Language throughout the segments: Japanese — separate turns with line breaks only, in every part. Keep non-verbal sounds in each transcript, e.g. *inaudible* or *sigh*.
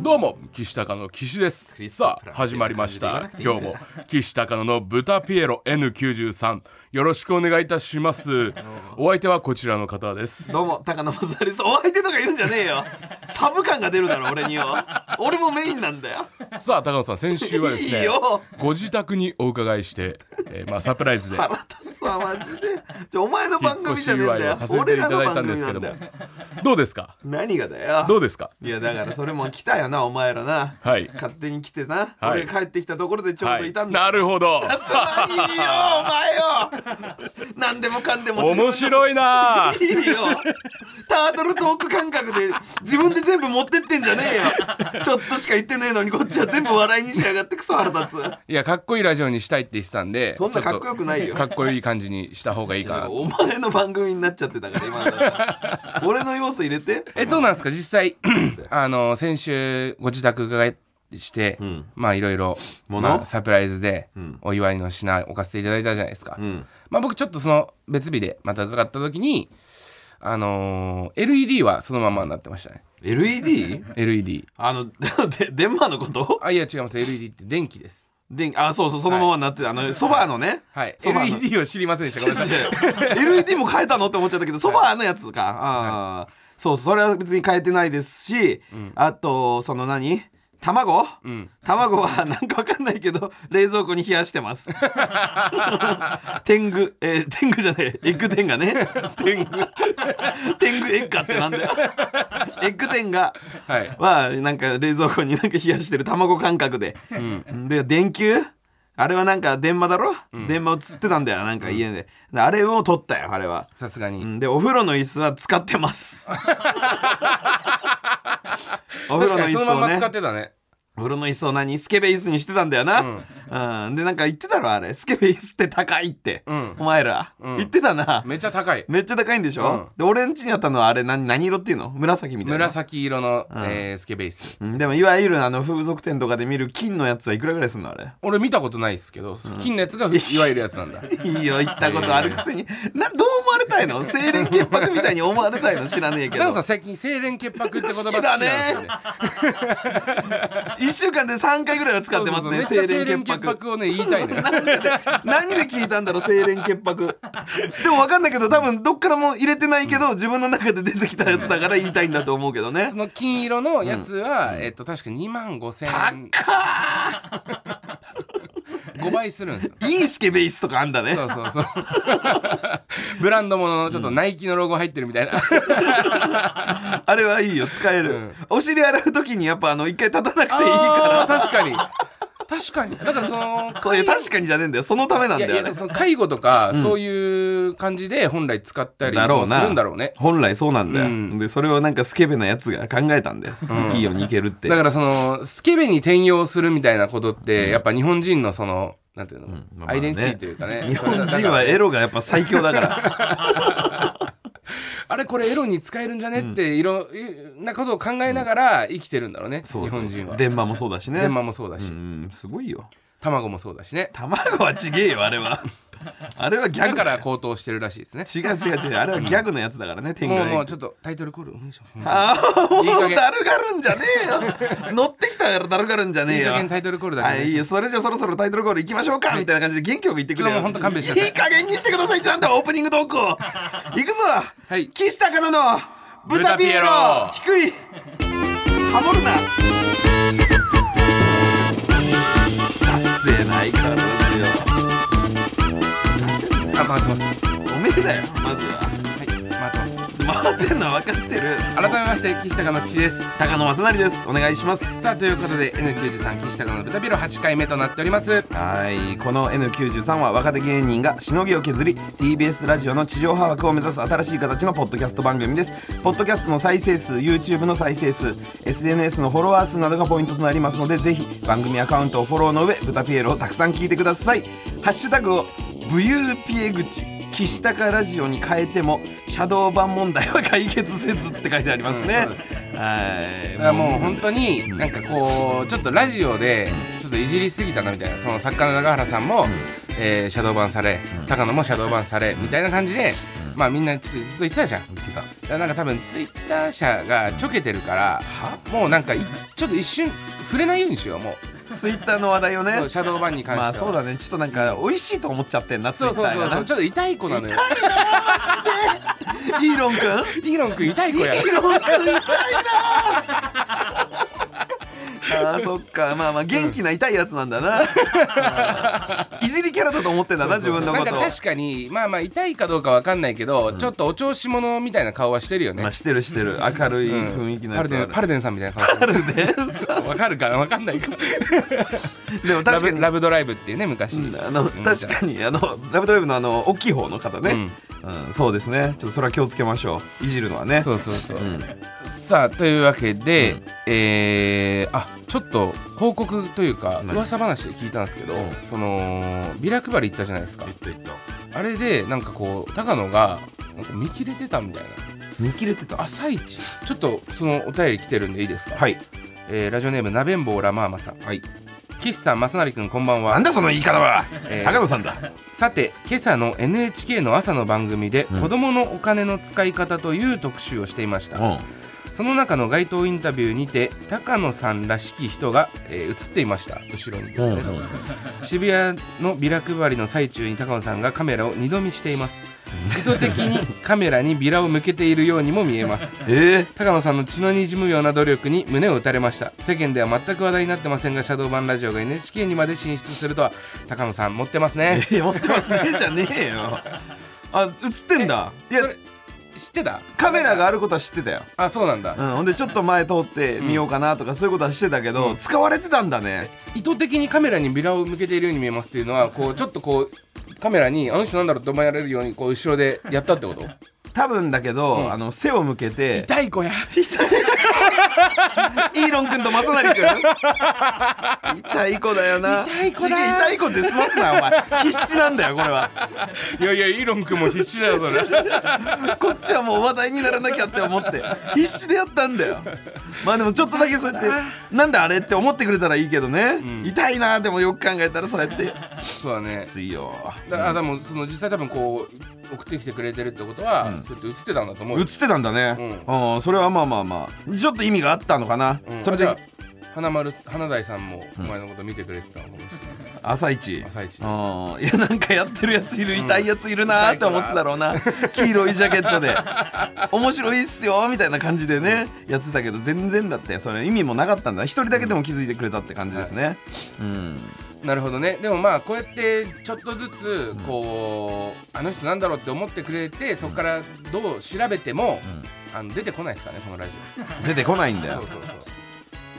どうも岸高の岸です
クリス
さ
トプ
あ
ラ
始まりました
っていう
今日も岸高野の豚ピエロ N93 よろしくお願いいたしますお相手はこちらの方です
どうも高野正成ですお相手とか言うんじゃねえよサブ感が出るだろ俺には俺もメインなんだよ
さあ高野さん先週はです
いい
ね
よ
ご自宅にお伺いして、えーまあサプライズで
腹立つわマジでじゃお前の
引っ
*laughs* 番組
越
じ
し
ゃねえん
祝
だ
い
よ
をさせて
俺
い
ら
た
の
だい
番
たんで
組
すけ
な
ど
んだ
も
よ
どうですか
何がだよ
どうですか
いやだからそれも来たよなお前らな、
はい
勝手に来てな、
はい
俺が帰ってきたところでちょう
は
ど
い
いたんだ、
なるほど
いいよお前よ何でもかんでも
面白いなあ
いいよタートルトーク感覚で自分で全部持ってってんじゃねえよちょっとしか言ってねえのにこっちは全部笑いにしやがってクソ腹立つ
いやかっこいいラジオにしたいって言ってたんで
そんなかっこよくない
ちょ
よ
っとかっこいい感じにした方がいいかな
お前の番組になっちゃってたから今の俺の要素入れて
えどうなんですか実際 *clears throat* あの先週ご自宅伺いして、
ん
まあいろいろ、
もの
まあ、サプライズで
ん
お祝いの品置かせていただいたじゃないですか、
ん
まあ僕ちょっとその別日でまた伺った時にあのー LED はそのままになってましたね
LED?
LED
あの *laughs* でデンマーのこと
あいや違います LED って電気です
であそうそうそのままになってた、あのソファーのね
はい
ソファーの
LED を知りませんでしたごめん
*laughs*
なさい
LED も変えたのって思っちゃったけどソファーのやつか、ああそうそれは別に変えてないですし、あとその何卵、
ん
卵はなんかわかんないけど冷蔵庫に冷やしてます
*laughs*
天狗、えー天狗じゃないエッグ天
*laughs*
がね天狗 *laughs* 天狗エッガってなんだよエッグ天が
はい
はなんか冷蔵庫になんか冷やしてる卵感覚で、で電球あれはなんか電話だろ、電話をつってたんだよなんか家でであれを取ったよあれは、
さすがに、
うんでお風呂の椅子は使ってます
*laughs*
お
確
風呂
か
の椅
にそ
子
のま
を
ま
ね
使ってたね
お風呂の椅子を何スケベ椅子にしてたんだよな、うんでなんか言ってたろあれスケベ椅子って高いって、
ん
お前ら、言ってたな
めっちゃ高い
めっちゃ高いんでしょ、で俺ん家にあったのはあれ何何色っていうの紫みたいな
紫色の、えースケベース
うんでもいわゆるあの風俗店とかで見る金のやつはいくらぐらいすんのあれ
俺見たことないですけど、金のやつがいわゆるやつ
*laughs*
なんだ
いいよ行ったことあるくせになどう思われたいの清廉潔白みたいに思われたいの知らねえけど
高野さん最近清廉潔白って言葉好
好
きな
きだ
ん
ね
ですよね
1週間で3回ぐらいは使ってますね
そうそうそうめっちゃ
清
清廉
廉潔
潔
白
白をね言いたいのよ
何で聞いたんだろう清廉潔白でも分かんないけど多分どっからも入れてないけど、自分の中で出てきたやつだから言いたいんだと思うけどね
その金色のやつは、えっと確か2万5千円5倍するんですよ
いいスケベイスとかあんだね
そうそうそう *laughs* ブランドもののちょっとナイキのロゴ入ってるみたいな、
*laughs* あれはいいよ使える、お尻洗う時にやっぱあの一回立たなくていいから
あー確かに確かにだからその
そういや確かにじゃねえんだよそのためなん
い
だ
やい
よね
やその介護とか、そういう感じで本来使ったり
だろ
も
う
す
な
るんだろうね
本来そうなんだよ、
うん
でそれをなんかスケベなやつが考えたんだよ、いいようにいけるって
だからそのスケベに転用するみたいなことって、やっぱ日本人のそのなんていうの、
まあまあ
ア
ね
イデンティティというかね
日
それ
本
だだか
人
ら
はエロがやっぱ最強だから
あれこれエロに使えるんじゃねっていろんなことを考えながら生きてるんだろうね、
そ
*laughs*
う
日
そう
本人は。
電話もそうだしね
電話もそうだし、
うんすごいよ
卵もそうだしね
卵はちげえよあれはあれはギャ
だ
グ
から高騰してるらしいですね。
違う違う違うあれはギャグのやつだからね天狗
もう
が
もうちょっとタイトルコールお願いします。
ああもう
いい
*laughs*
加減
だるがるんじゃねえよ乗ってきたからだるがるんじゃね
いい
えよ
加減タイトルコールだ
は
けお願
い、
い
いい
しま
よそれじゃそろそろタイトルコールいきましょうか、みたいな感じで元気よく言ってくれ
ちょっともうほんと勘弁してください
い加減にしてくださいちゃんとオープニングトークを
*laughs*
いくぞ、
はい
岸高野の豚ピエロ
豚
低いハモるな達成ないからだよ達成ない
あ回ってます。
おめえだよまずは
はい回ってます。
回ってんのは分かってる
改めまして岸高の岸です。
高野正成ですお願いします
さあということで N93 岸高の豚ビロ8回目となっております。
はいこの N93 は若手芸人がしのぎを削り TBS ラジオの地上波枠を目指す新しい形のポッドキャスト番組ですポッドキャストの再生数 YouTube の再生数 SNS のフォロワー数などがポイントとなりますのでぜひ番組アカウントをフォローの上「ブタピエロ」をたくさん聞いてくださいハッシュタグを「武勇ピエ口岸高ラジオ」に変えてもシャドー版問題は解決せずって書いてありますね、
うんそうで
はい
だからもう本当になんかこうちょっとラジオでちょっとといじりすぎたなみたいなその作家の永原さんも、えーシャドーバンされ、高野もシャドーバンされみたいな感じで、まあみんなちょっとずっと言ってたじゃん。
言ってた
だからなんか多分ツイッター社がちょけてるからもうなんかいちょっと一瞬触れないようにしようも
ツイッターの話題を
う
ね
そうシャドーバンに関しては、
まあそうだねちょっとなんか美味しいと思っちゃってんな
そうそうそうそうちょっと痛い子なのよ
イーロン
*laughs*
君
イーロン君痛い子や
イーロン君痛いなあーそっかまあまあ元気な痛いやつなん
*laughs*
だな、あーいじりキャラだと思ってんだな自分の
な
こ
んか
とを
確かにまあまあ痛いかどうかわかんないけど、ちょっとお調子者みたいな顔はしてるよね、
まあしてるしてる明るい
うん
雰囲気の
パ
や
ル
つ
デ
はあ
ン
る
パルデンさんみたいな顔してる
*laughs*
*laughs* わかるかなわかんないか
でも
ラ
確か
ブ
に
ラブドライブっていうね昔、
うんあの確かにあのラブドライブのあの大きい方の方ね、うんそうですねちょっとそれは気をつけましょういじるのはね
そうそうそう、
ん
さあというわけで、えーあちょっと報告というか
何
噂話で聞いたんですけど、
うん
そのビラ配り行ったじゃないですか
と言った
あれでなんかこう高野がなんか見切れてたみたい
見切れて
な
た
朝一ちょっとそのお便り来てるんでいいですか、
はい
えーラジオネームなべんぼうらまーまさん
はい
岸さん正成君こんばん
なん
は
だその言い方は、
えー
高野さんだ
さて今朝の NHK の朝の番組で、
うん
子どものお金の使い方という特集をしていました、
うん
その中の街頭インタビューにて高野さんらしき人が、えー映っていました後ろにですね、渋谷のビラ配りの最中に高野さんがカメラを二度見しています意図的にカメラにビラを向けているようにも見えます
え
高野さんの血の滲むような努力に胸を打たれました世間では全く話題になってませんがシャドーバンラジオが NHK にまで進出するとは高野さ *laughs* ん持ってますね
ー、持ってますね *laughs* じゃねえよあ映ってんだいや
それ知ってた
カメラがあることは知ってたよ、
あそうなんだ
うん、ほんでちょっと前通ってみようかなとかそういうことはしてたけど、
うん
使われてたんだね
意図的にカメラにビラを向けているように見えますっていうのは *laughs* こうちょっとこうカメラにあの人なんだろうって思われるようにこう後ろでやったってこと
多分だけど、あの背を向けて
痛い子や
*laughs* イーロン君と正
*laughs*
成君痛い子だよな
痛い子だ
ちげえ痛い子で済ますなお前必死なんだよこれはい
やいやイーロン君も必死だよそれ
こっちはもう話題にならなきゃって思って必死でやったんだよまあでもちょっとだけそうやってなんだあれって思ってくれたらいいけどね、痛いなでもよく考えたらそうやって
そうだね
ついよ
だあでもその実際多分こう送ってきてくれてるってことは、そうやって映ってたんだと思う
映っ
よ
てたんだね、うん、それはまあまあまあちょっと意味があったのかな、
うん
それ
あ
で
じゃあ花丸花大さんもお前のこと見てくれてたのかもしれない、
朝一
朝一
うんいやなんかやってるやついる痛いやついるなーって思ってたろうな黄色いジャケットで面白いっすよーみたいな感じでねやってたけど全然だってそれ意味もなかったんだ一人だけでも気づいてくれたって感じですねうん
なるほどねでもまあこうやってちょっとずつこう、あの人なんだろうって思ってくれてそこからどう調べても、あの出てこないですからねこのラジ
出てこないん
オ
だ
そ
よ
うそうそう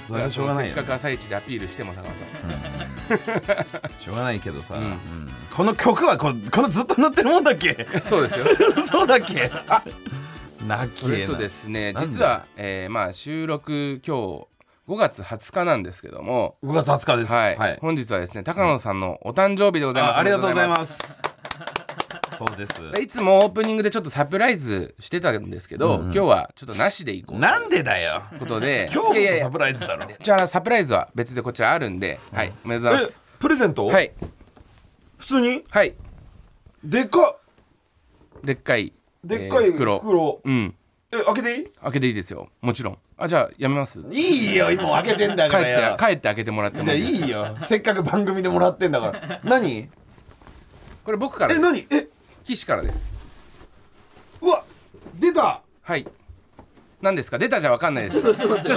それはしょうがない
せっ
よ
かく朝一でアピールしても高野さ *laughs* ん
しょうがないけどさ
ん
うんこの曲はここのずっと鳴ってるもんだっけ *laughs*
そうですよ
そうだっけあな
*laughs*
っ
それとですね
なんだ
実は、えーまあ収録今日5月20日なんですけども
5月20日です
はい、本日はですね高野さんのお誕生日でございます、
あありがとうござい
す
ますそうです
いつもオープニングでちょっとサプライズしてたんですけど、今日はちょっとなしでいこう
なんでだよ
ということで
今日
いやい
こそ
や
サプライズだろ
じゃあサプライズは別でこちらあるんで、はいおめでとうございます
プレゼント、
はい
普通に
はい
でっか
でっかい
でっかい
えー
袋,、
袋うん
え開けていい
開けていいですよもちろんあじゃあやめます帰
いいよ今開けてんだ
っ
か
て
らよ
帰って開けてもらっても
じゃ
い
い
いです
いよせっかく番組でもらってんだから何
これ僕から
え
です
何え
岸からです
うわ出た
はい何ですか出たじゃわかんないですちょっと待って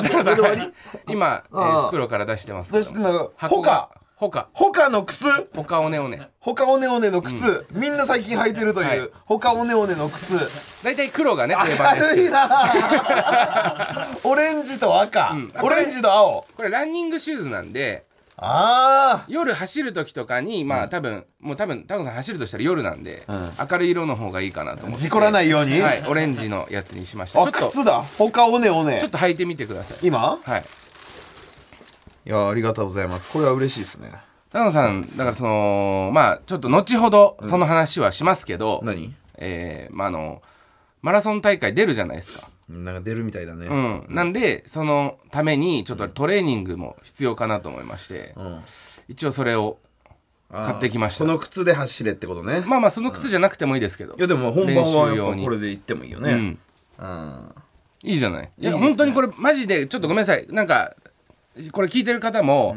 今、えー
ああ
袋から出してますけ
出
ど
してんだが
箱
ほか
がほか
ほかの靴
ほかおねおね
ほかおねおねの靴、みんな最近履いてるとい
はいう
ほかおねおねの靴
大体黒がね定番です
明るいな *laughs* オレンジと赤、
ん
オレンジと青
これランニングシューズなんで
あ
夜走る時とかにまあ、多分もう多分タコさん走るとしたら夜なんで、
う
明るい色の方がいいかなと思
あ
って
事故らないように、
はいオレンジのやつにしましたちょ
あ
っとちょ
靴だほかおねおね
っと履いてみてください
今
はい
いやありがとうございますこれは嬉しいですね
高野さんだからそのまあちょっと後ほどその話はしますけど、
何
えーまああのマラソン大会出るじゃないですか
なんか出るみたいだ
う
ね
ん、なんでそのためにちょっとトレーニングも必要かなと思いまして、
うん、
一応それを
あー
買ってきました
この靴で走れってことね
まあまあその靴じゃなくてもいいですけど
いやでも本番は
練習用
やっぱ
に
これで行ってもいいよ
う
ね
ん
うん
いいじゃないいや
いいですね
本当にこれマジでちょっとごめんなさいなんかこれ聞いてる方も、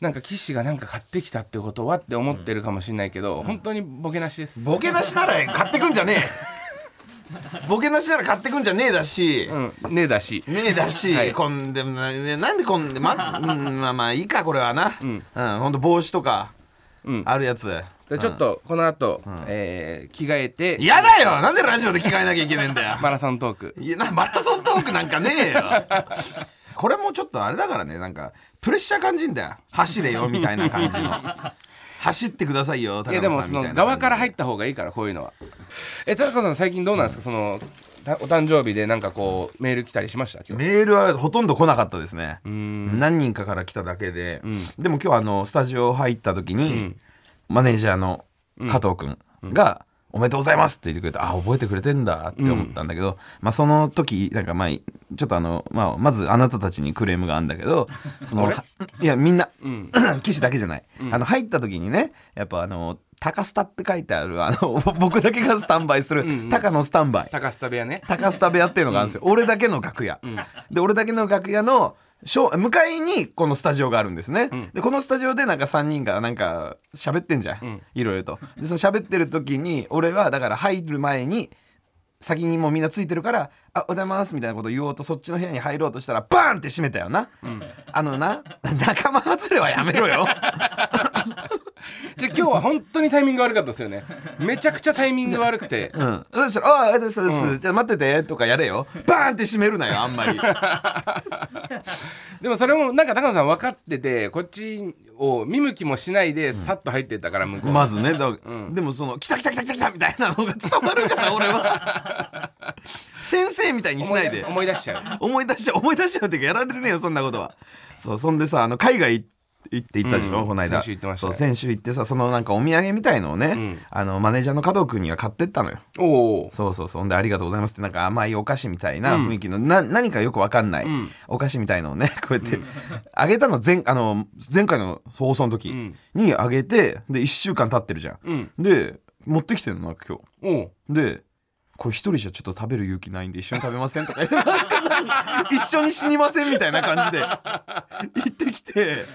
なんか岸がなんか買ってきたってことはって思ってるかもしれないけど、本当にボケなしです、
ボケなしなら買ってくんじゃね
*laughs*
えボケなしなら買ってくんじゃねえだし
うん、ねえだし
ねえだし、
はい
こんでもなねなんでこん
*laughs*
でま,、うん、まあまあいいかこれはなうん、ほんと帽子とか
うん
あるやつ、
でちょっとこの後、えー着替えて
嫌だよなんでラジオで着替えなきゃいけねえんだよ
マラソントーク
いやなマラソントークなんかねえよ *laughs* これもちょっとあれだからねなんかプレッシャー感じんだよ走れよみたいな感じの走ってくださいよ
い
高
やでも
野さん
そ
みたいな
の側から入った方がいいからこういうのはえ田中さん最近どうなんですかそのたお誕生日でなんかこうメール来たりしました今日
メールはほとんど来なかったですね
ん
何人かから来ただけで、でも今日あのスタジオ入った時に、
ん
マネージャーの加藤君が「おめでとうございます」って言ってくれてあ覚えてくれてんだって思ったんだけど、まあ、その時なんかまあちょっとあの、まあ、まずあなたたちにクレームがあるんだけ *laughs* どそのはいやみんな、 *coughs* 騎士だけじゃない、あの入った時にねやっぱあの「高スタ」って書いてあるあの *laughs* 僕だけがスタンバイする「高のスタンバイ」
高須田部屋ね
高須田部屋っていうのがあるんですよ、俺だけの楽屋、で俺だけの楽屋のしょ向かいにこのスタジオがあるんですね、でこのスタジオでなんか3人がなんか喋ってんじゃん、いろいろとでその喋ってる時に俺はだから入る前に先にもうみんなついてるから「あおはようございます」みたいなことを言おうとそっちの部屋に入ろうとしたらバーンって閉めたよな、あのな *laughs* 仲間外れはやめろよ
じゃあ今日は本当にタイミング悪かったですよねめちゃくちゃタイミング悪くて
うんそしたら「ああありがとうございます、じゃあ待ってて」とかやれよバーンって閉めるなよあんまり
でもそれもなんか高野さん分かっててこっちを見向きもしないでさっと入ってったから向こう、
まずねだ、でもその「来た来た来た来た来た」みたいなのが伝わるから俺は
*laughs*
先生みたいにし
思
ないい
出
で
思い出しちゃ
*laughs*
う
思い出しちゃう思い出しちゃうっていうかやられてねえよそんなことはそうそんでさあの海外行って行ったでしょ、
うん
この間
先週行ってましたね
そう先週行ってさそのなんかお土産みたいのをね、あのマネージャーの加藤君には買ってったのよ
おお
そうそうそうほんで「ありがとうございます」ってなんか甘いお菓子みたいな雰囲気の、な何かよくわかんない、お菓子みたいのをね *laughs* こうやってあげたの前あの前回の放送の時にあげてで1週間経ってるじゃん、
うん
で持ってきてるのなんか今日
おお
で「これ一人じゃちょっと食べる勇気ないんで一緒に食べません」
*laughs*
とか言ってなんか何一緒に死にませんみたいな感じで *laughs* 行ってきて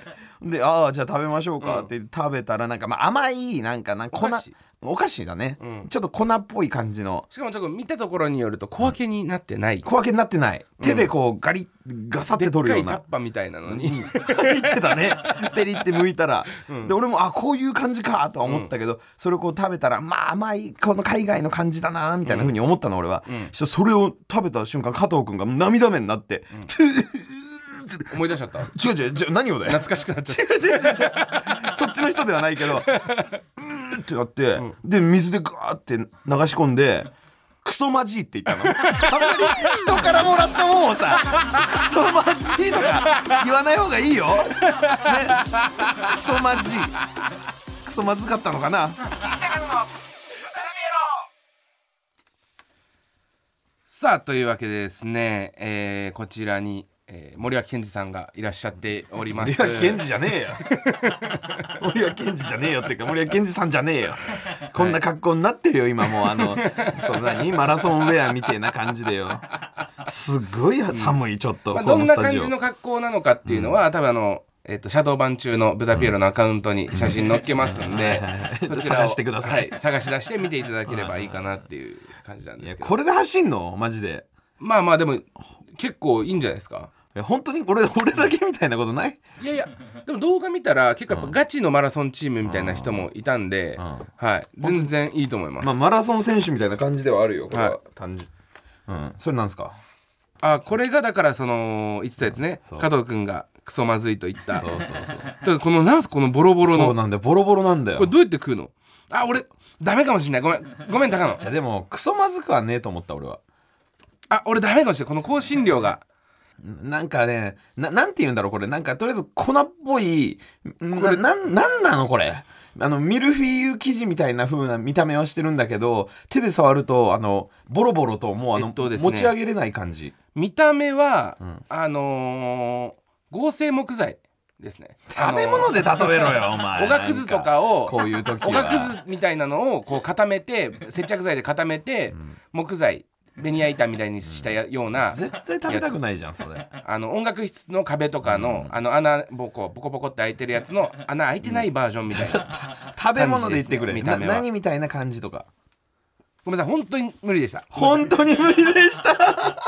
で「ああじゃあ食べましょうか」って言って食べたらなんか、まあ、甘いなんかなんか粉
お菓子
お菓子だね、
ん
ちょっと粉っぽい感じの
しかもちょっと見たところによると小分けになってない、
小分けになってない手でこうガリッガサって取
でっ
る
か
よ
いタ
う
ッ
な
パみたいなのに、
入って
*laughs*
たねペリって剥いたら、で俺もあこういう感じかとは思ったけど、それをこう食べたらまあ甘いこの海外の感じだなみたいな風に思ったの俺は、そしたらそれを食べた瞬間加藤君が涙目になって「 *laughs*
思い出しちゃった *laughs*
違う違う違う何をだよ
懐かしくなっちゃった
違う違う違う違うそっちの人ではないけど「うーん」ってなって、で水でガーって流し込んで「クソマジい」って言ったのあんまり人からもらったもんをさ「クソマジい」とか言わない方がいいよ、ね、クソマジいクソまずかったのかな
さあというわけでですね、えーこちらに、えー森脇健児さんがいらっしゃっております
森脇健児じゃねえよ *laughs* 森脇健児じゃねえよっていうか森脇健児さんじゃねえよこんな格好になってるよ今もうあのそう何マラソンウェアみたいな感じでよすっごい寒いちょっと、
まあ、ど
こ
ん
の
な
スタ
感
ジオ
じの格好なのかっていうのは、多分あの、えっとシャドー版中のブダピエロのアカウントに写真載っけますんで、そちらを
探してください
はい、探し出して見ていただければいいかなっていう感じなん
い
で
や
すけど
これで走んのマジで
まあまあでも結構いいんじゃないですか
いや本当に俺俺だけみたいなことない
いやいやでも動画見たら結構やっぱガチのマラソンチームみたいな人もいたんで、
ん
はい、全然いいと思います、
まあマラソン選手みたいな感じではあるよこれは、
はい
単純うんそれなんですか
あこれがだからその言ってたやつね
そう
加藤君がクソまずいと言った
そうそうそ
だか
う
らこのなんすこのボロボロ
そう
の
なんだよボロボロなんだよ
これどうやって食うのあ俺ダメかもしんないごめんごめん高野
じゃあでもクソまずくはねえと思った俺は
あ俺ダメかもしれないこの香辛料が
なんかねな、なんて言うんだろう、これ。なんか、とりあえず粉っぽい、な、なん、なんなのこれ。あの、ミルフィーユ生地みたいな風な見た目はしてるんだけど、手で触ると、あの、ボロボロと、もう、あ
え
の、
っとですね
持ち上げれない感じ。
見た目は、
ん
あのー合成木材ですね
食べ物
で
で例えろよお
*laughs*
前
おがくずとかを
こういう時は
おがくずみたいなのをこう固めて接着剤で固めて、木材ベニヤ板みたいにしたような
絶対食べたくないじゃん
*laughs*
それ
あの音楽室の壁とかの,、あの穴ぼこボコボコって開いてるやつの穴開いてないバージョンみたいな、
食べ物で言ってくれ、
感じです
な
ね見た目は
何みたいな感じとか
ごめんなさい本当に無理でした
本当に無理でした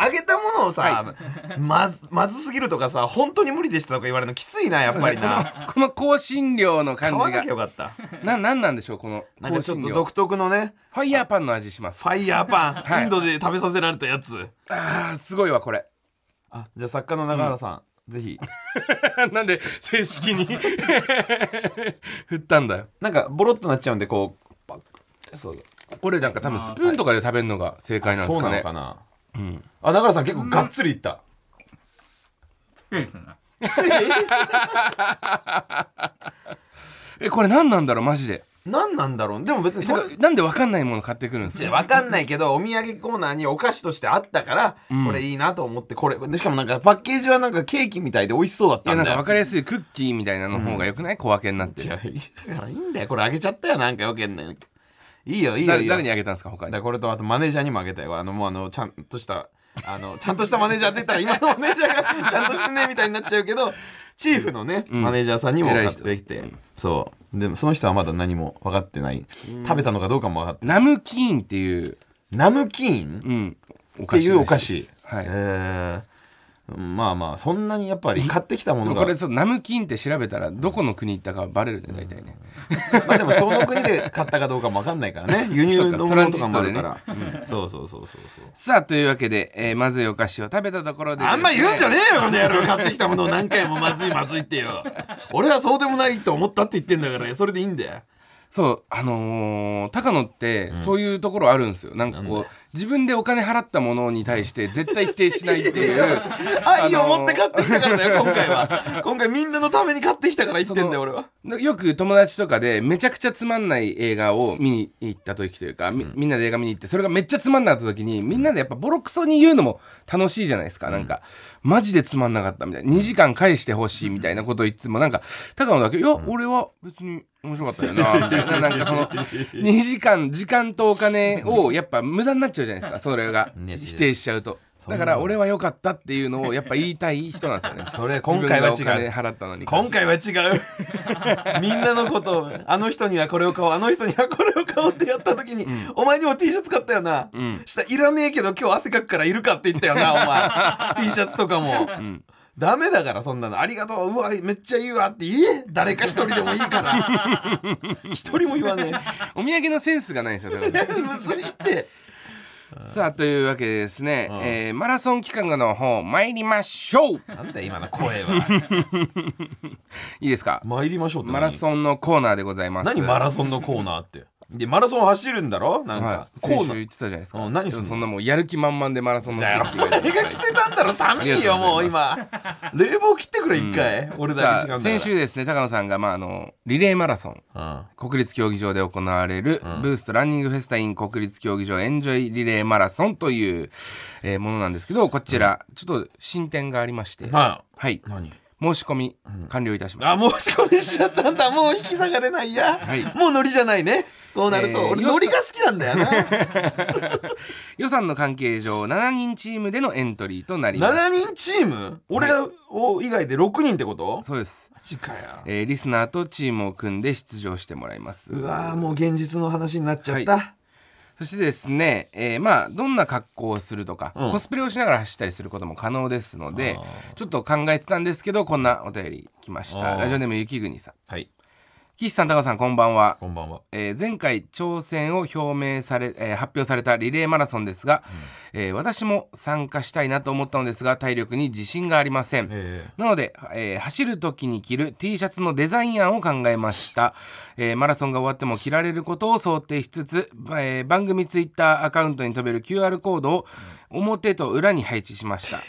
揚げたものをさ、まずまずすぎるとかさ本当に無理でしたとか言われるのきついなやっぱりな
この香辛料の *laughs*
買
感
わ
じ
なきゃ
が
よかった
ななんなんでしょうこの
なんか
香
ちょ
辛
っと
料
独特のね
ファイヤーパンの味します
ファイヤーパン、
はい
インドで食べさせられたやつ
あーすごいわこれ
あじゃあ作家の永原さん、ぜひ
*laughs* なんで正式に *laughs* 振ったんだよ
なんかボロっとなっちゃうんでこうパッそうだ
これなんか多分スプーンとかで食べるのが正解なんで
そ
す
う
か
な
ね
のかな、あ永原さん結構がっつりいった、
えこれ何なんだろうマジで
なん、何なんだろうでも別に
え
そ
て
れ
かなんで分かんないもの買ってくるんです
いや
か
わかんないけどお土産コーナーにお菓子としてあったから、これいいなと思ってこれでしかもなんかパッケージはなんかケーキみたいで美味しそうだっ
い
た
や
ん
なん
だ
か
よ
分かりやすいクッキーみたいなの方がよくない小分けになって
い
る
やいいだからいいんだよこれあげちゃったよなんかよけんないいいよいいよい
誰
いよ
誰にあげたんですか他
だ
に
からこれとあとマネージャーにもあげたよあのもうあのちゃんとしたあのちゃんとしたマネージャーって言ったら今のマネージャ
*laughs*
ーがちゃんとしてねみたいになっちゃうけどチーフのね、マネージャーさんにも
偉
買
い
っ
人
てきて、そうでもその人はまだ何も分かってない、食べたのかどうかも分かって
ナムキーンっていう、
ナムキーン、
うん、お
っていうお菓
らし
子
いですはい、
えーまあまあそんなにやっぱり買ってきた
で
もの
も
が
これそうナムキーンって調べたらどこの国行ったかバレるね大体ね
まあでもその国で買ったかどうかもわかんない *laughs* からね輸入のものとかもあるからそうそうそうそうそう
さあというわけで、えーまずいお菓子を食べたところで
あんま言うんじゃね
え
えよこの野郎買ってきたものを何回もまずいまずいってよ俺はそうでもないと思ったって言ってんだからそれでいいんだよ
そうあのー高野ってそういうところあるんですよ、なんかこう自分でお金払ったものに対して絶対否定しないっていう
*laughs* 愛を
あのー
持って買ってきたからだよ今回は今回みんなのために買ってきたから言ってんだよ俺は
よく友達とかでめちゃくちゃつまんない映画を見に行った時というかみ,、んなで映画見に行ってそれがめっちゃつまんなかった時にみんなでやっぱボロクソに言うのも楽しいじゃないですか、なんかマジでつまんなかったみたいな2時間返してほしいみたいなことを言ってもなんか高野だけ「いや俺は別に面白かったよな」みたいななんかそ
*laughs*
の2時間時間とお金をやっぱ無駄になっちゃうじゃないですかそれが
ね
否定しちゃうと。だから俺は良かったっていうのをやっぱ言いたい人なんですよね。
それ今回は違う
自分がお金払ったのに関して
今回は違
*laughs*
うみんなのことをあの人にはこれを買おうあの人にはこれを買おうってやった時に、お前にも T シャツ買ったよな、したいらねえけど今日汗かくからいるかって言ったよなお
*laughs*
前 T シャツとかも、ダメだからそんなのありがとううわめっちゃいいわって言え誰か一人でもいいから
*laughs*
一人も言わね
お土産のセンスがないんですよ高田さん
えむずいって
さあというわけでですね、えーマラソン企画の方参りましょう
なんだよ今の声は
いいですか
参りましょうって
マラ
ン
ソンのコーナーでございます
何マラソンのコーナーってでマラソン走るんだろなんか、
はい、
コ
先
ー
週
ナー
言ってたじゃないですか
うん何すんの
でもそんなもうやる気満々でマラソンの
だ *laughs* ろ
企
お
画
前が着てたんだろ寒いよもう今冷房切ってくれ一回、俺
さあ
だ *laughs* け違うんだから
先週ですね高野さんが、まあ、あのリレーマラソン
うん
国立競技場で行われる、ブーストランニングフェスタイン国立競技場エンジョイリレーマラソンという、えーものなんですけどこちら、ちょっと進展がありまして、
は
はい
い、何
申し込み完了いたしました
あ申し込みしちゃったん
*laughs*
だもう引き下がれないや、
はい
もうノリじゃないねこうなると、
えー
俺
よさ
ノリが好きなんだよ *laughs* な
予算の関係上7人チームでのエントリーとなります
7人チーム俺を以外で6人ってこと
そうです、
マジかよ
えーリスナーとチームを組んで出場してもらいます
うわーもう現実の話になっちゃった、
はそしてですね、えーまあどんな格好をするとか、
うん
コスプレをしながら走ったりすることも可能ですのでちょっと考えてたんですけどこんなお便り来まし
あ
た
ー
ラジオネーム雪国さん
はい
岸さん高さんこんばんは
こんばんは
えー前回挑戦を表明され、えー発表されたリレーマラソンですが、えー私も参加したいなと思ったのですが体力に自信がありません、
え
なので、えー走る時に着る T シャツのデザイン案を考えました、えーマラソンが終わっても着られることを想定しつつ、えー番組ツイッターアカウントに飛べる QR コードを表と裏に配置しました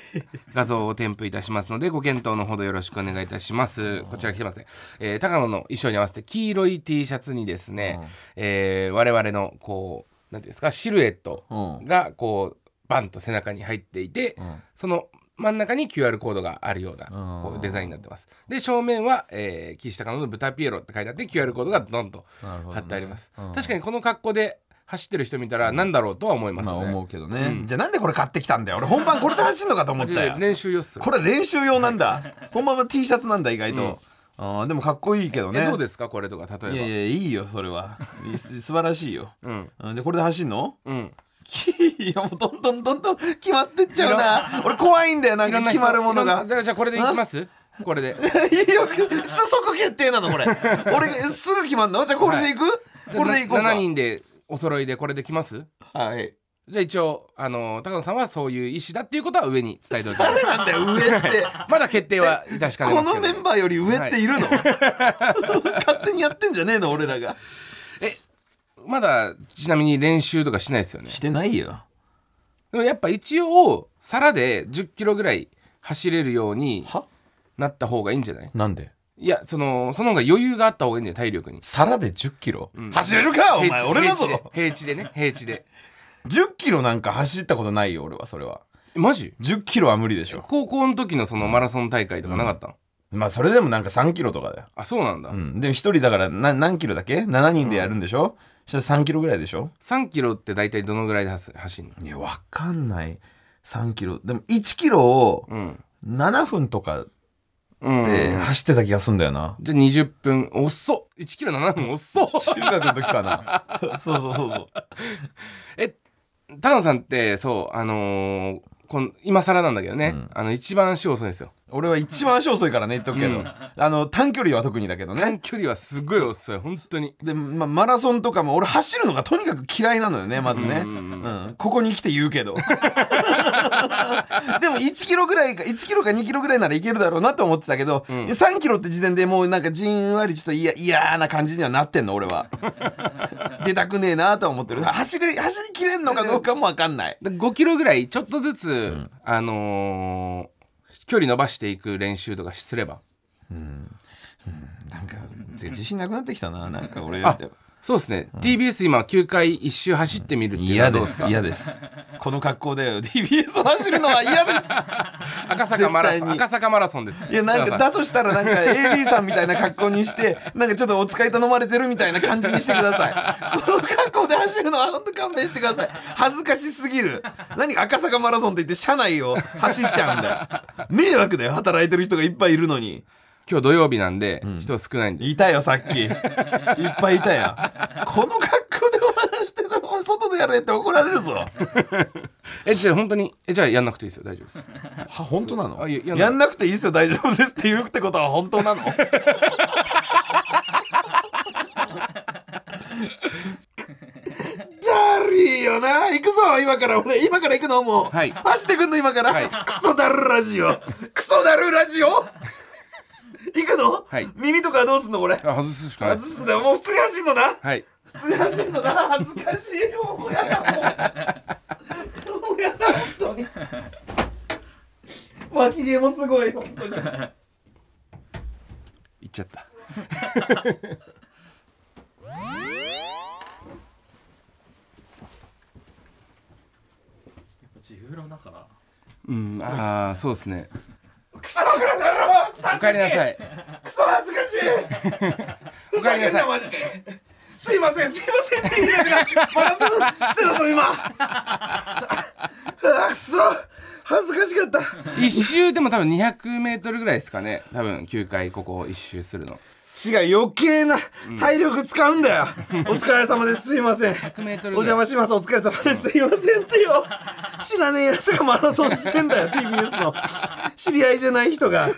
画像を添付いたしますのでご検討のほどよろしくお願いいたしますこちら来てますね、えー高野の衣装に合わせて黄色い T シャツにですね、えー我々のこう何ていうんですかシルエット
うん
がこうバンと背中に入っていて、その真ん中に QR コードがあるような
うん
こうデザインになってますで正面は、えー岸高野の豚ピエロって書いてあって QR コードがドンと
なるほどね
貼ってあります、
うん
確かにこの格好で走ってる人見たらなんだろうとは思います
まあ
よね、
思うけどね、
うん
じゃあなんでこれ買ってきたんだよ俺本番これで走んのかと思ったよ
練習用っすよ
これ練習用なんだ本番は T シャツなんだ意外と、あーでもかっこいいけどね
えどうですかこれとか例えば
いやいやいいよそれはいいす素晴らしいよ
うん
うんでこれで走んの
うん
いやもうどんどんどんどん決まってっちゃうな俺怖いんだよなんか決まるもの
いろ
が
んなだからじゃあこれでいきますこれで
いやよくす即決定なのこれ俺すぐ決まんのじゃあこれでいく、 *laughs* これでいこうか
7人でお揃いでこれできます
はい
じゃあ一応あの高野さんはそういう意思だっていうことは上に伝えておきます
誰なんだよ上って
まだ決定は致しかねま
こ
すけ
の
ど
メンバーより上っているの、勝手にやってんじゃねえの俺らが
まだちなみに練習とかしないですよね
してないよ
でもやっぱ一応皿で1 0キロぐらい走れるように
は
なった方がいいんじゃない
なんで
いやそのその方が余裕があった方がいいんじゃない体力に
皿で1 0キロ、
ん
走れるかお前
平地
俺だぞ
平地で平地でね平地で
1 0キロなんか走ったことないよ俺はそれは
えマジ
1 0キロは無理でしょ
高校の時のそのマラソン大会とかなかったの、
まあそれでもなんか3キロとかだよ
あそうなんだ、
うん、でも1人だからな何キロだっけ7人でやるんでしょ、そしたら3キロぐらいでしょ
3キロって大体どのぐらいで走走んの
いやわかんない3キロでも1キロを
うん
7分とか
うん
で走ってた気がすんだよな、
じゃあ20分遅っ1キロ7分遅っ
中学の時かな *laughs* そうそうそうそう
えタ野さんってそうあのーこん今更なんだけどね、あの一番足遅いんですよ
俺は一番足遅いからね言っとくけど、
うん
あの短距離は特にだけど
短
ね
距離はすごい遅い本当に
で、ま、マラソンとかも俺走るのがとにかく嫌いなのよねまずね、
うんうん
うんここに来て言うけどでも1キロぐらいか1キロか2キロぐらいならいけるだろうなと思ってたけど、
ん
3キロって時点でもうなんかじんわりちょっと嫌嫌な感じにはなってんの
*laughs*
俺は出たくねえなとは思ってる走り走りきれんのかどうかも分かんない
で5キロぐらいちょっとずつ、あのー距離伸ばしていく練習とかすれば
なんか自信なくなってきたななんか俺
あそうですね、TBS 今9回1周走ってみるっていうのは
嫌
どう
で
です
す
か
嫌ですこの格好で DBS を走るのは嫌です
赤坂マラソン
絶対に
赤坂マラソンです
いやなん
高野
か
さ
だとしたらなんか AD さんみたいな格好にしてなんかちょっとお使い頼まれてるみたいな感じにしてくださいこの格好で走るのは本当勘弁してください恥ずかしすぎる何赤坂マラソンって言って車内を走っちゃうんだよ迷惑だよ働いてる人がいっぱいいるのに
今日土曜日なんで、人少ないんで
いたよさっきいっぱいいたよこの格好でお話してたらお前外でやれって怒られるぞ
えじゃあ本当にえじゃあやんなくていいですよ大丈夫です
は本当なの
あいやや
や
んない
んなくていいですよ大丈夫ですって言うってことは本当なのだるいよな行くぞ今から俺今から行くのもう、
はい
走ってくんの今から、
はい
クソだるラジオクソだるラジオ行くの、
はい
耳とかはどうすんのこれ
あ外すしかない
外
です
すんだよもう普通に走るのな
はい
普通に走るのな恥ずかしいよもうやだもうもうやだ本当に *laughs* 脇毛もすごい本当に
行っちゃった
自由の中だ
うんああそうですね
クソのらだろクソ
おかえ
恥
りな
ずかしい
さい
クソ恥ずかしい
お
ふ
か
ざ
えりなん
け
さい
なマジですいませんすいませんって言いながらマラソンしてたぞ今 *laughs* あクソ恥ずかしかった
一周でも多分200メートルぐらいですかね多分9回ここを一周するの
違う余計な体力使うん
*laughs*
だよ、お疲れ様ですすいません
100メート
お
ルぐらい
邪魔しますお疲れ様ですすいませんってよ知らねえやつがマラソンしてん
*laughs*
だよ TBS の知り合いじゃない人が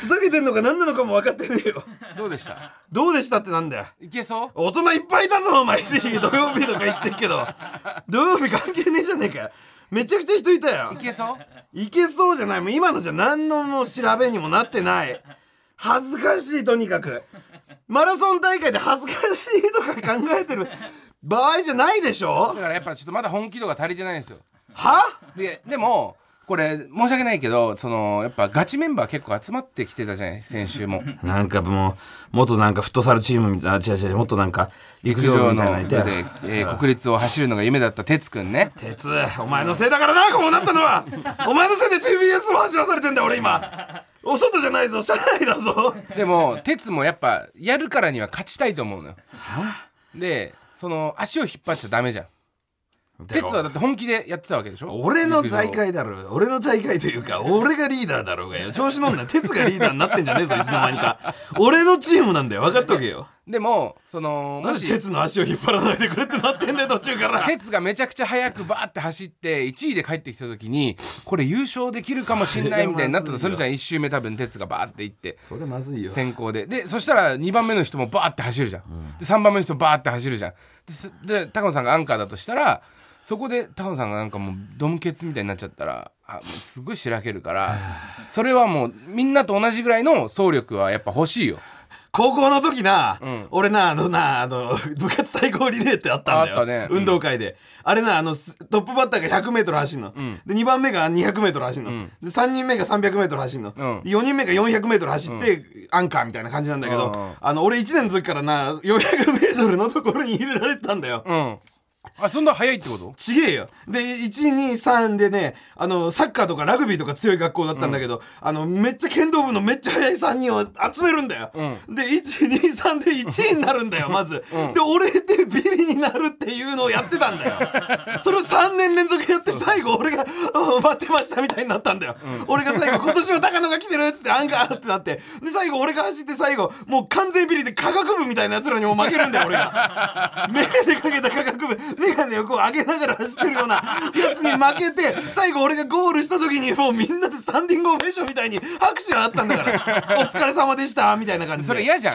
ふざけてんのか何なのかも分かってねえよ
どうでした
どうでしたってなんだよ
いけそう
大人いっぱいいたぞお
*laughs*
前土曜日とか言ってるけど土曜日関係ねえじゃねえかよめちゃくちゃ人いたよ
いけそう
いけそうじゃないもう今のじゃ何のもう調べにもなってない恥ずかしいとにかくマラソン大会で恥ずかしいとか考えてる場合じゃないでしょ
だからやっぱちょっとまだ本気度が足りてないんですよ
は
ででもこれ申し訳ないけどそのやっぱガチメンバー結構集まってきてたじゃない先週も
なんかもう、元なんかフットサルチームみたいな、違う違う、もっとなんか陸
陸
上
上
部み
の
たいなのい
部
て。
で、えー国立を走るのが夢だった哲くんね
鉄、お前のせいだからな、こうなったのは。お前のせいで TBS を走らされてんだよ、俺今。お外じゃないぞ、車内だぞ。
でも哲もやっぱやるからには勝ちたいと思うのよでその足を引っ張っちゃダメじゃん哲はだって本気でやってたわけでしょ
俺の大
陸上
会だろ俺の大会というか俺がリーダーだろうがよ調子乗んな鉄がリーダーになってんじゃねえぞいつの間にか俺のチームなんだよ分かっとけよ
でもその
な
も
んで
し
鉄の足を引っ張らないでくれってなってんだよ途中から
哲がめちゃくちゃ速くバーって走って1位で帰ってきた時にこれ優勝できるかもしんないみたいになったとするじゃん1周目多分哲がバーって行って
それまずいよ
先行ででそしたら2番目の人もバーって走るじゃん、で3番目の人バーって走るじゃんですで高野さんがアンカーだとしたらそこで高野さんがなんかもうドムケツみたいになっちゃったらあもうすごいしらけるからそれはもうみんなと同じぐらいの総力はやっぱ欲しいよ
高校の時な、
ん
俺なあのなあの部活対抗リレーってあったんだよ
あったね
運動会で、あれなあのすトップバッターが 100m 走るの、で2番目が 200m 走るの、
ん
で3人目が 300m 走るの、
うん
で4人目が 400m 走って、アンカーみたいな感じなんだけど、
うんうん
あの俺1年の時からな 400m のところに入れられてたんだよ、
うんあそんな速いってこと
ちげえよ。で、123でね、あの、サッカーとかラグビーとか強い学校だったんだけど、あの、めっちゃ剣道部のめっちゃ速い3人を集めるんだよ。で、123で1位になるん *laughs* だよ、まず。で、俺でビリになるっていうのをやってたんだ *laughs* よ。それを3年連続やって、最後俺が、あ待ってましたみたいになったんだよ。俺が最後、今年は高野が来てるっつって、アンカーってなって、で、最後俺が走って、最後、もう完全ビリで科学部みたいな奴らにも負けるんだよ、俺が。
*laughs*
メガネかけた科学部メガネをこう上げながら走ってるようなやつに負けて最後俺がゴールした時にもうみんなでスタンディングオベーションみたいに拍手があったん
*laughs*
だから「お疲れ様でした」みたいな感じで
それ嫌じゃん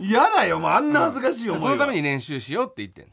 嫌だよもうあんな恥ずかしい思い
そ
は
のために練習しようって言ってん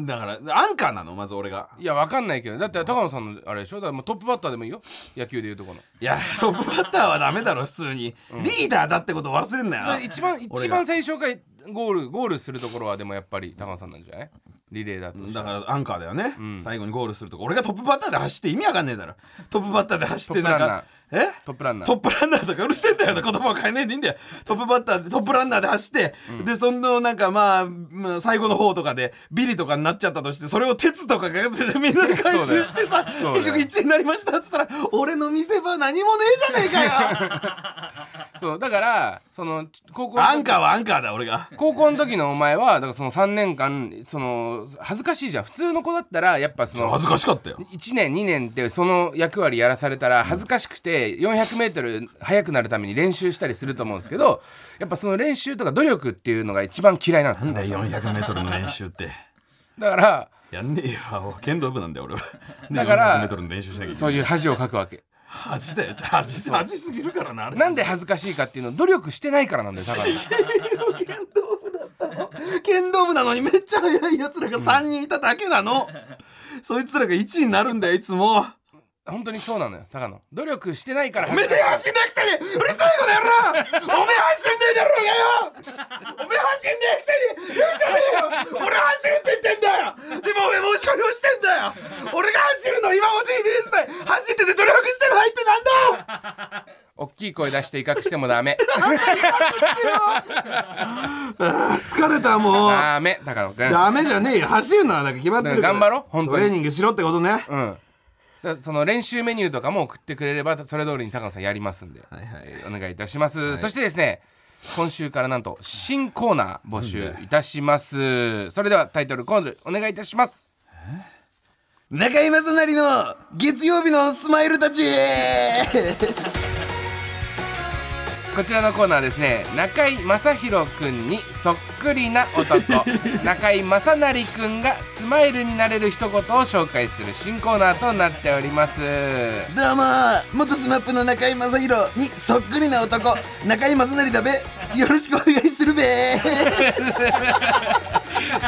の
だからアンカーなのまず俺が
いやわかんないけどだって高野さんのあれでしょだからもうトップバッターでもいいよ野球でいうとこの
いやトップバッターはダメだろ普通に、リーダーだってこと忘れんな
だから
よ
一番
俺
一
が
番最初がゴールゴールするところはでもやっぱり高野さんなんじゃないリレーだとした
だ
ら
からアンカーだよね、最後にゴールするとこ俺がトップバッターで走って意味わかんねえだろトップバッターで走ってなんかえ
トップランナー
トップランナーとかうるせえんだよ言葉を変えないでいいんだよトップバッターでトップランナーで走って、でそのなんかまあ、まあ最後の方とかでビリとかになっちゃったとしてそれを鉄とかがみんなで回収してさ
*laughs* そうだよ
結局1位になりましたっつったら俺の見せ場何もねえじゃねえ
*laughs*
かよ
そうだからその高校の
アンカーはアンカーだ俺が
高校の時のお前はだからその3年間その恥ずかしいじゃん普通の子だったらやっぱその
恥ずかしかったよ
1年2年ってその役割やらされたら恥ずかしくて 400m 速くなるために練習したりすると思うんですけどやっぱその練習とか努力っていうのが一番嫌いなんですよ
なんだよ 400m の練習って
だから
やんねえよ剣道部なんだよ俺 *laughs* は
だから
400m の練習しなきゃいけない
そういう恥をかくわけ
恥だよ恥恥すぎるからなあれ
なんで恥ずかしいかっていうのを努力してないからなんだよだから
剣道部だったの剣道部なのにめっちゃ速いやつらが3人いただけな *laughs* の、そいつらが1位になるんだよいつ *laughs* も
本当にそうなのよ高野努力してないから
おめえ走んだくせにうるさいこの野郎おめえ走んねえだろうがよおめえ走んねえくせに言うんじゃねえよ俺走るって言ってんだよでもおめえ申し込みをしてんだよ俺が走るの今も TBS で走ってて努力してないってなんだ
大きい声出して威嚇してもダメ
*laughs* あー疲れたもう
ダメ高野くん
ダメじゃねえよ走るのはなんか決まってるから
だから頑張ろう本当に
トレーニングしろってことね、
うんだその練習メニューとかも送ってくれればそれ通りに高野さんやりますんで、えーお願いいたします、そしてですね今週からなんと新コーナー募集いたしますそれではタイトルコールお願いいたします
中居正成の月曜日のスマイル *laughs* たち
こちらのコーナーはですね中井正広くんにそっくりな
*laughs*
男中井正成くんがスマイルになれる一言を紹介する新コーナーとなってお
*laughs*
ります
どうも元スマップの中居正広にそっくりな男
*laughs*
中居正成だべよろしくお願いするべ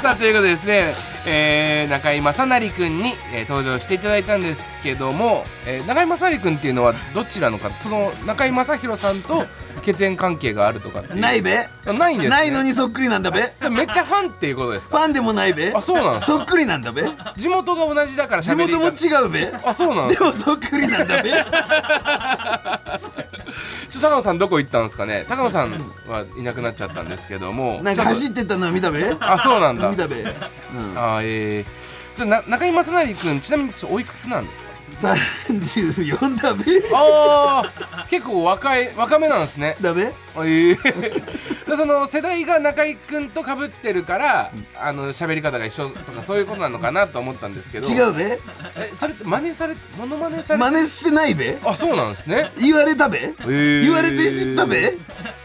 さあということでですね、えー中居正成君に、えー登場していただいたんですけども、えー中居正成君っていうのはどちらの方その中居正広さんと血縁関係があるとかっていう
ないべ
ないんです、ね、
ないのにそっくりなんだべ
それめっちゃファンっていうことです
フ
か
ァンでもないべ
あそうなんですか
そっくりなんだべ
地元が同じだから
地
喋り
元も
方
違うべ
あそうなんで
ですもそっくりなんだべ
ちょ高野さんどこ行ったんですかね高野さんはいなくなっちゃったんですけども
なんか走ってったのは見たべ
あそうなんだ
見たべ
あーえー、ちょな中居正成君ちなみにちょおいくつなん
*laughs*
ですか
34だべ
ああ結構若い若めなんですね
だべ
ええ
*laughs*
でその世代が中居君とかぶってるからあの喋り方が一緒とかそういうことなのかなと思ったんですけど
違うべ
えそれって真似されモノマネされ
真似してないべ
あそうなんですね
言われたべ言われて知ったべ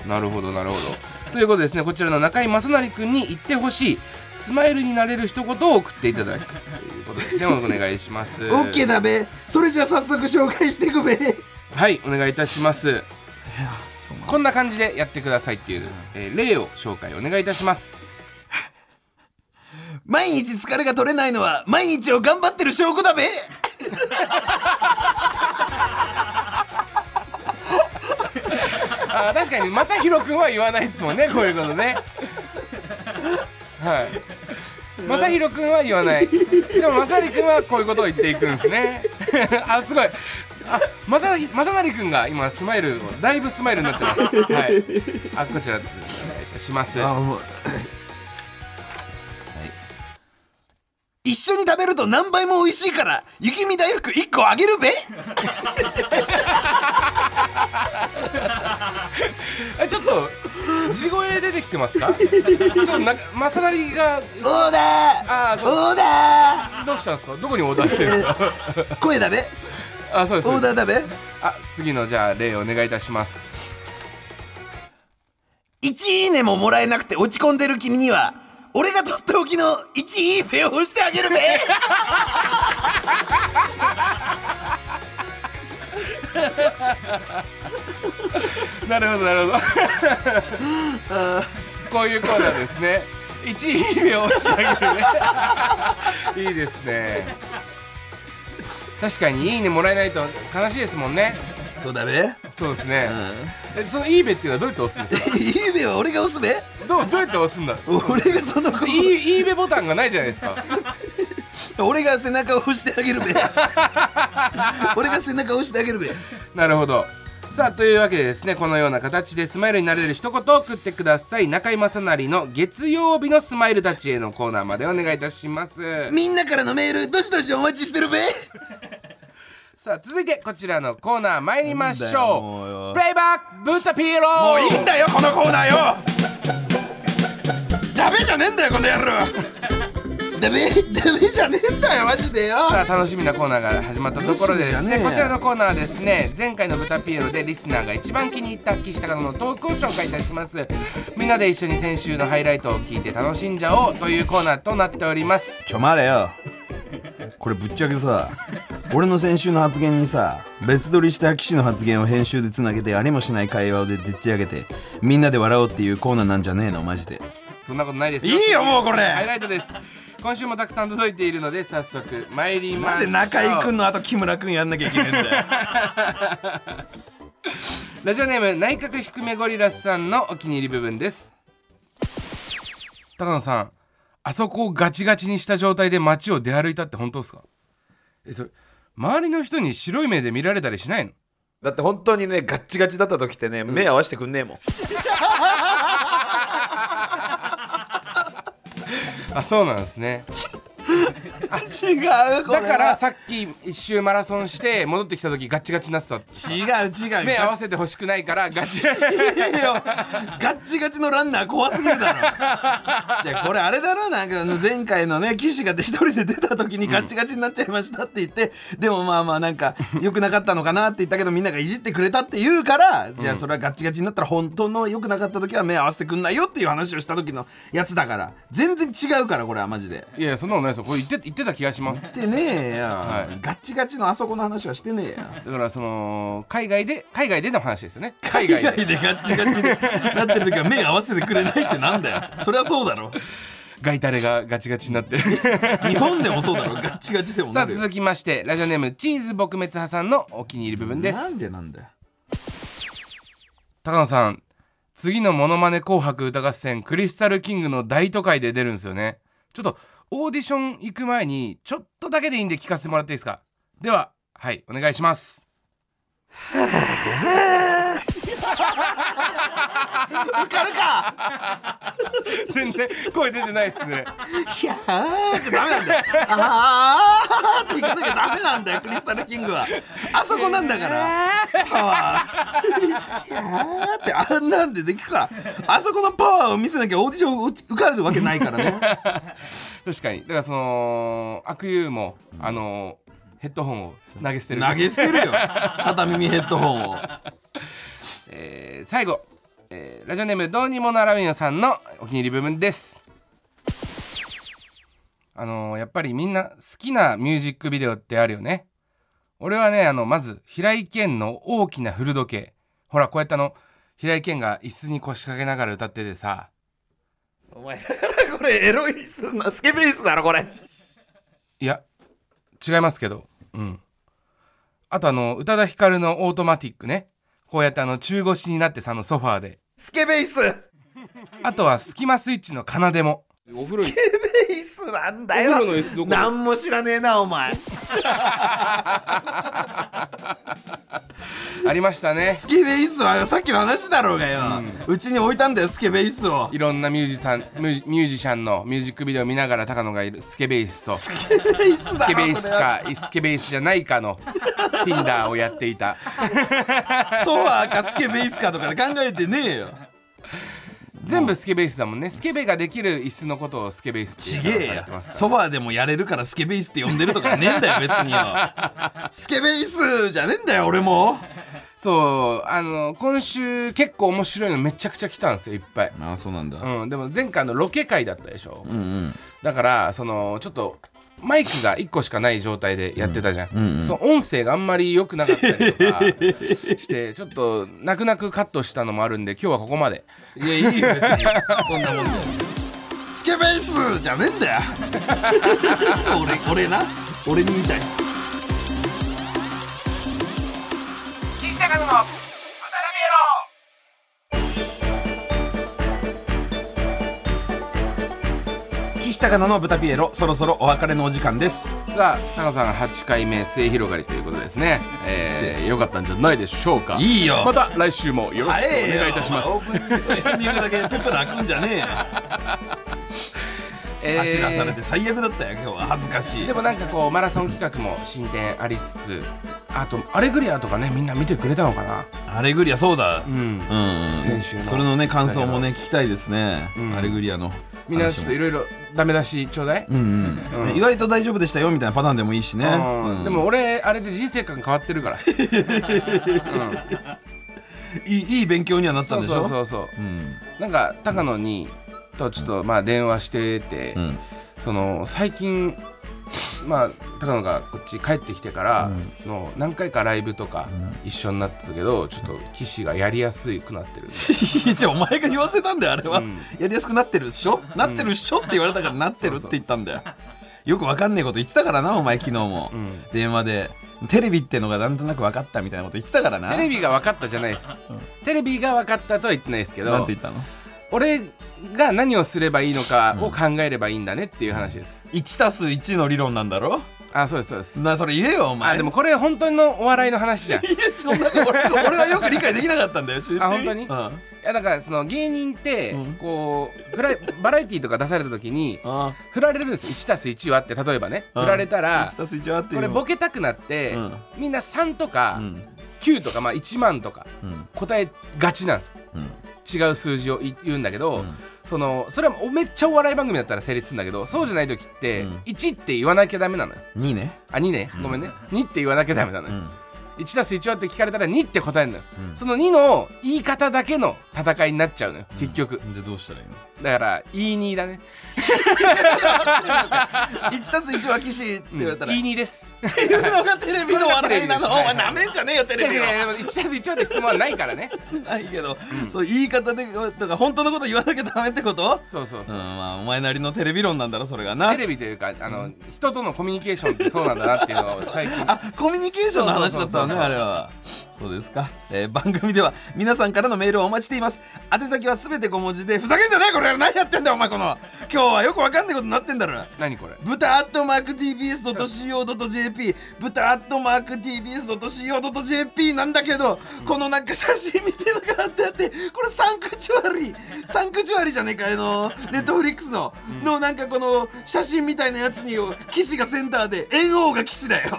なるほどなるほどということでですねこちらの中居正成君に言ってほしいスマイルになれる一言を送っていただくということですねお願いします
オッケーだべそれじゃあ早速紹介していくべ *laughs*
はいお願いいたしますこんな感じでやってくださいっていう、えー例を紹介お願いいたします
毎日疲れが取れないのは毎日を頑張ってる証拠だべ
あー確かに正宏君は言わないですも
*laughs*
んねこういうことねはい正宏君は言わないでも正成君はこういうことを言っていくんですね *laughs* あすごいあ正成正成君が今スマイルをだいぶスマイルになってますはいあこちらですお願いいたします
あもう
一緒に食べると何倍も美味しいから雪見大福1個あげるべ
えちょっと地声出てきてますかちょっとなんか正成が
オーダー
ああそう
オーダ
どうしたんですかどこにオーダーしてるんですか
ー声だべ
あそうです
オーダーだべ
あ次のじゃあ例お願いいたします
1いいねももらえなくて落ち込んでる君には俺がとっておきの1いいねを押してあげるべ
なるほどなるほどこういうコーナーですね1位目を押してあげるねいいですね確かに「いいね」もらえないと悲しいですもんね
*laughs* そうだべ
そうですね、えその「いいべ」っていうのはどうやって押すんですか
いいねは俺が押すべ
どうどうやって押すんだ
俺がその子
いいいいべボタンがないじゃないですか
俺が背中を押してあげる *laughs* べ俺が背中を押してあげるべ
なるほどさあというわけでですねこのような形でスマイルになれる一言を送ってください中居正成の月曜日のスマイルたちへのコーナーまでお願いいたします
みんなからのメールどしどしお待ちしてるべ
さあ続いてこちらのコーナー参りまし
なんだよ
ょ
もう
うプレイバックブータピーロー
もういいんだよこのコーナーよダメじゃねえんだよこの野郎
ダメダメじゃねえんだよマジでよ
さあ楽しみなコーナーが始まったところでですね
楽しみじゃねえ
こちらのコーナーはですね前回の「ブタピエロ」でリスナーが一番気に入った岸高野のトークを紹介いたしますみんなで一緒に先週のハイライトを聞いて楽しんじゃおうというコーナーとなっております
ちょまれよこれぶっちゃけさ俺の先週の発言にさ別撮りした騎士の発言を編集でつなげてありもしない会話ででっち上げてみんなで笑おうっていうコーナーなんじゃねえのマジで
そんなことないです
いいよもうこ
ハイ
れ
ライトです今週もたくさん届いているので早速参りま
なん
しょ
で
う
中居君の後木村君やんなきゃいけねえんだよ
ラジオネーム内閣低めゴリラスさんのお気に入り部分です高野さんあそこをガチガチにした状態で街を出歩いたって本当ですかえそれ周りの人に白い目で見られたりしないの
だって本当にねガッチガチだった時ってね、目合わせてくんねえもん
あそうなんですね
違うこ
だ
れ
からさっき一周マラソンして戻ってきた時ガッチガチになってた
違う違う
目合わせてほしくないからガチ
*laughs* ガッチガチのランナー怖すぎるだろじゃあこれあれだろなんかあの前回のね岸が一人で出た時にガッチガチになっちゃいましたって言って、でもまあまあなんか良くなかったのかなって言ったけどみんながいじってくれたって言うからじゃあそれはガッチガチになったら本当の良くなかった時は目合わせてくんないよっていう話をした時のやつだから全然違うからこれはマジで。
いやいやそんなことないですよこれ言って言ってた気がします
してねえよ、
はい
ガッチガチのあそこの話はしてねえよ。
だからその海外で海外での話ですよね海
*laughs*
外で
でガッチガチになってる時は目合わせてくれないってなんだよそりゃそうだろ
ガイタレがガチガチになってる
日本でもそうだろガッチガチでも
さ
な
あ
るよ
続きましてラジオネームチーズ撲滅破産のお気に入り部分です
なんでなんだよ
高野さん次の「モノマネ紅白歌合戦」クリスタルキングの大都会で出るんですよねちょっとオーディション行く前にちょっとだけでいいんで聞かせてもらっていいですかでははいお願いします *laughs*
受かるか
全然声出てないですね
いやーじゃダメなんだよあーっていかなきゃダメなんだよクリスタルキングはあそこなんだからパワーいやーってあんなんでできるかあそこのパワーを見せなきゃオーディション受かるわけないからね
確かにだからその悪友もあのヘッドホンを投げ捨てる
投げ捨てるよ片耳ヘッドホンを
えー最後、えーラジオネームどうにもならんよさんのお気に入り部分ですあのーやっぱりみんな好きなミュージックビデオってあるよね俺はねあのまず平井堅の大きな古時計ほらこうやってあの平井堅が椅子に腰掛けながら歌っててさ
お前これエロいすなスケベイスだろこれ
いや違いますけどうんあとあの宇多田ヒカルのオートマティックねこうやってあの中腰になってさあのソファーで
スケベイス
あとはスキマスイッチの奏でも
お風呂に
スケベイスなんだ
お風呂
よ
の椅子どこ
何も知らねえなお前
ありましたね
スケベイスはさっきの話だろうがようち、に置いたんだよスケベイスを
いろんなミュージシャンミュージミュージシャンのミュージックビデオを見ながら高野がいるスケベイスとス
スケベイスだろ
ケベイス
*laughs*
かスケベイスじゃないかの Tinder をやっていた
ソファーかスケベイスかとかで考えてねえよ
全部スケベイスだもんねスケベができる椅子のことをスケベイス
ち
って
げえ
言っ
や
てますから
ソファーでもやれるからスケベイスって呼んでるとかねえんだよ別
*laughs*
によスケベイスじゃねえんだよ俺も
そうあの今週結構面白いのめちゃくちゃ来たんですよいっぱい、
ああそうなんだ
うん、でも前回のロケ会だったでしょ、
うんうん
だからそのちょっとマイクが1個しかない状態でやってたじゃん、その音声があんまり良くなかったりとかして *laughs* ちょっと泣く泣くカットしたのもあるんで今日はここまで
いやいいよ別にそんなもんだよスケベイスじゃねえんだよ俺俺な俺に言いたい
岸高野の
岸高野の豚ピエロそろそろお別れのお時間です
さあ高野さん8回目末広がりということですね、えー、よかったんじゃないでしょうか
いいよ
また来週もよろしくお願いいたします
オープニングとエンディングだけペプラ開くんじゃねえよ
えー
走らされて最悪だったよ今日は恥ずかしい
でもなんかこうマラソン企画も進展ありつつあと「アレグリア」とかねみんな見てくれたのかな
アレグリアそうだ
うん
うん、うん、
先週の
それのね感想もね聞きたいですね、アレグリアの
みんなちょっといろいろダメ出しちょうだい、
うんうんね意外と大丈夫でしたよみたいなパターンでもいいしね、
うん
うん
でも俺あれで人生観変わってるから
いいいい勉強にはなった
そ
ん
う
でし
そ
ょ
うそうそう
うん
なんか高野にとちょっとまあ電話してて、
*laughs*
うん
その最近まあ高野がこっち帰ってきてからの何回かライブとか一緒になってたけどちょっと岸がやりやすくなって
*laughs*
るんで
いやじゃあお前が言わせたんだよあれは、
ん
やりやすくなってるっしょなってるっしょって言われたからなってるって言ったんだよよくわかんねえこと言ってたからなお前昨日も、
ん
電話でテレビってのがなんとなくわかったみたいなこと言ってたからな
テレビが分かったじゃないですテレビが分かったとは言ってないですけ
なん
ど
て言ったの
俺が何をすればいいのかを考えればいいんだねっていう話です、
1たす1の理論なんだろ
あそうですそうです
なそれ言えよお前
あでもこれ本当のお笑いの話じ
*laughs*
ゃん
いやそんなの俺俺はよく理解できなかったんだよちょっと
あ
言ってみ
本
うん
いやだからその芸人って
うん
こうプライバラエティーとか出された時に
あ
振られるんです1たす1はって例えばね
うん
振られたら
1たす1はっていう
これボケたくなって
うん
みんな3と
う
か
ん
9とかまあ1万とか
うん
答えがちなんです違う数字をい言うんだけどそのそれはおめっちゃお笑い番組だったら成立するんだけどそうじゃない時って
うん
1って言わなきゃダメなのよ
2ね
あ2ねごめんね2って言わなきゃダメなの
う
よ
ん
1たす1はって聞かれたら2って答えるのよその2の言い方だけの戦いになっちゃうのよ結局
じゃあどうしたらいいの
だから言い2だね
1たす1は岸って言われたら、
言い2です
っていうのがテレビの笑いなの
これ
お
がテレビです
前なめんじゃねえよテ
違う
レビ
違
を
う違うでも1たす1は質問はないからね
ないけど、そう言い方でとか本当のこと言わなきゃダメってこと
そうそう
う
そ
ん
う、
まあお前なりのテレビ論なんだろそれがな
テレビというかあの人とのコミュニケーションってそうなんだなっていうのを最近
あコミュニケーションの話だ
そう
った
そうそう
ね
そう
あれはそうですか、えー番組では皆さんからのメールをお待ちしています宛先はすべて小文字でふざけんじゃないこれ何やってんだよお前この今日はよくわかんないことになってんだろ
何これ
豚アットマーク TBS.CO.JP 豚アットマーク TBS.CO.JP なんだけどこのなんか写真みたいなのがあってあってこれサンクチュアリサンクチュアリじゃねえかあのネットフリックスののなんかこの写真みたいなやつに騎士がセンターで猿王が騎士だよ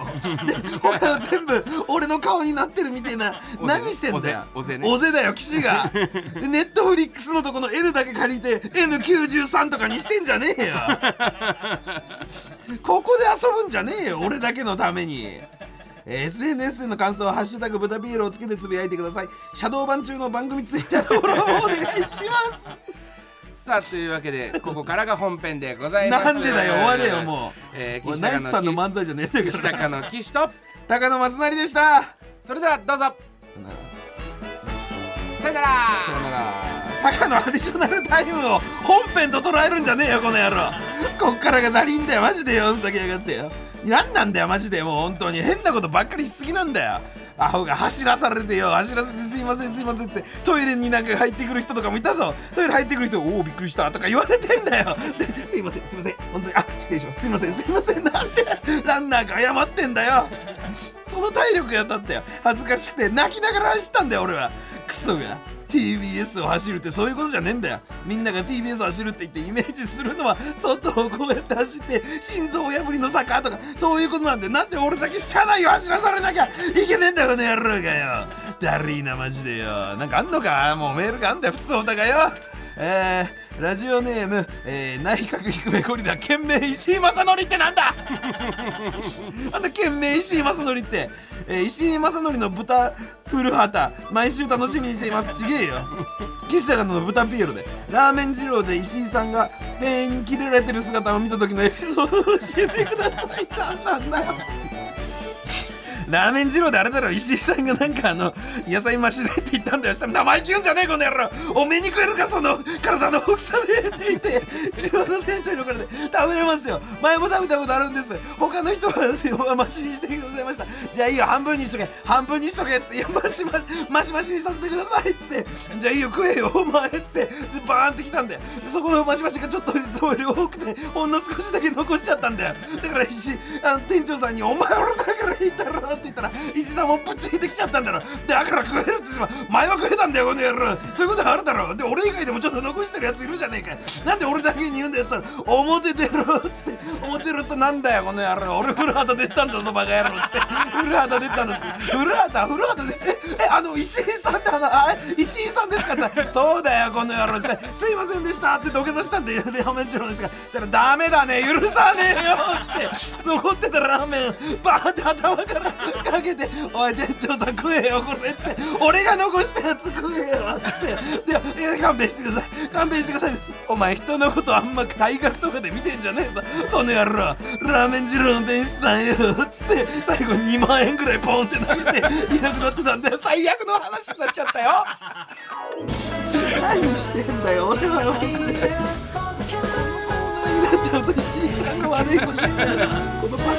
で他は全部俺の顔になってるみたいな何してんだよ
おぜおぜね
おぜだよ騎
*laughs*
士がでネットフリックスのとこの L だけ借りて N93 とかにしてんじゃねえよ
*laughs*
ここで遊ぶんじゃねえよ俺だけのために SNS での感想は「ハッシュタグ豚ビール」をつけてつぶやいてくださいシャドー版中の番組ツイッターのフォローもお願いします
さあというわけでここからが本編でございます
なんでだよ終われよも
う、えー、
俺
岸
ナイツ
高
さんの
の岸
漫才じゃねえんだから
高の岸と
高野正成でした
それではどうぞさよなら
高野アディショナルタイムを本編と捉えるんじゃねえよこの野郎こっからが足りんだよマジでよふざけやがってよ何なんだよマジでもう本当に変なことばっかりしすぎなんだよアホが走らされてよ走らせてすいませんすいませんってトイレになんか入ってくる人とかもいたぞトイレ入ってくる人おおびっくりしたとか言われてんだよですいませんすいません本当にあ失礼しますすいませんすいませんなんでランナーが謝ってんだよその体力やったったよ恥ずかしくて泣きながら走ったんだよ俺はクソが TBS を走るってそういうことじゃねえんだよみんなが TBS を走るって言ってイメージするのは外をこうやって走って心臓破りの坂とかそういうことなんでなんで俺だけ車内を走らされなきゃいけねえんだよこの野郎がよだるいなマジでよなんかあんのかもうメールがあんだよ普通お互いよえー、ラジオネーム、えー、内閣低めゴリラ懸命石井正則ってなんだ *laughs* あんた懸命石井正則って、えー石井正則の豚古畑毎週楽しみにしていますちげえよ岸田の豚ピエロでラーメン二郎で石井さんが店員に切れられてる姿を見た時のエピソードを教えてください何なんだよラーメン二郎であれだろ石井さんがなんかあの野菜増しでって言ったんだよしたら生意気言うんじゃねえこの野郎おめえに食えるかその体の大きさでって言って二郎の店長に怒られて食べれますよ前も食べたことあるんです他の人はお増しにしてくださいましたじゃあいいよ半分にしとけ半分にしとけっつっていや増し増し増し増しにさせてくださいっつってじゃあいいよ食えよお前っつってでバーンってきたんだよでそこの増し増しがちょっと増量多くてほんの少しだけ残しちゃったんだよだから石あの店長さんに「お前俺だからいいだろ」って言ったら石井さんもぶちってきちゃったんだろだから食えるって言っても前は食えたんだよこの野郎そういうことあるだろで俺以外でもちょっと残してるやついるじゃねえかなんで俺だけに言うんだよっつったら「表出ろ」っつって「表出ろ」っつってなんだよこの野郎俺古畑出たんだぞバカ野郎っつって古畑出たんです古畑古畑でええあの石井さんってあのあえ石井さんですかってそうだよこの野郎っつってすいませんでしたって土下座したんでラーメン中の人がそしたらダメだね許 *laughs* さねえよっつって残ってたラーメンバーンって頭からかけて「おい店長さん食えよこれ」っつって「俺が残したやつ食えよ」っつって「でいや勘弁してください勘弁してください」お前人のことあんま体格とかで見てんじゃねえぞこの野郎ラーメン二郎の店主さんよっつって最後2万円ぐらいポンって投げていなくなってたんだよ最悪の話になっちゃったよ何してんだよ俺はよなっちゃうと石井さんが悪いことしてるこのばっかり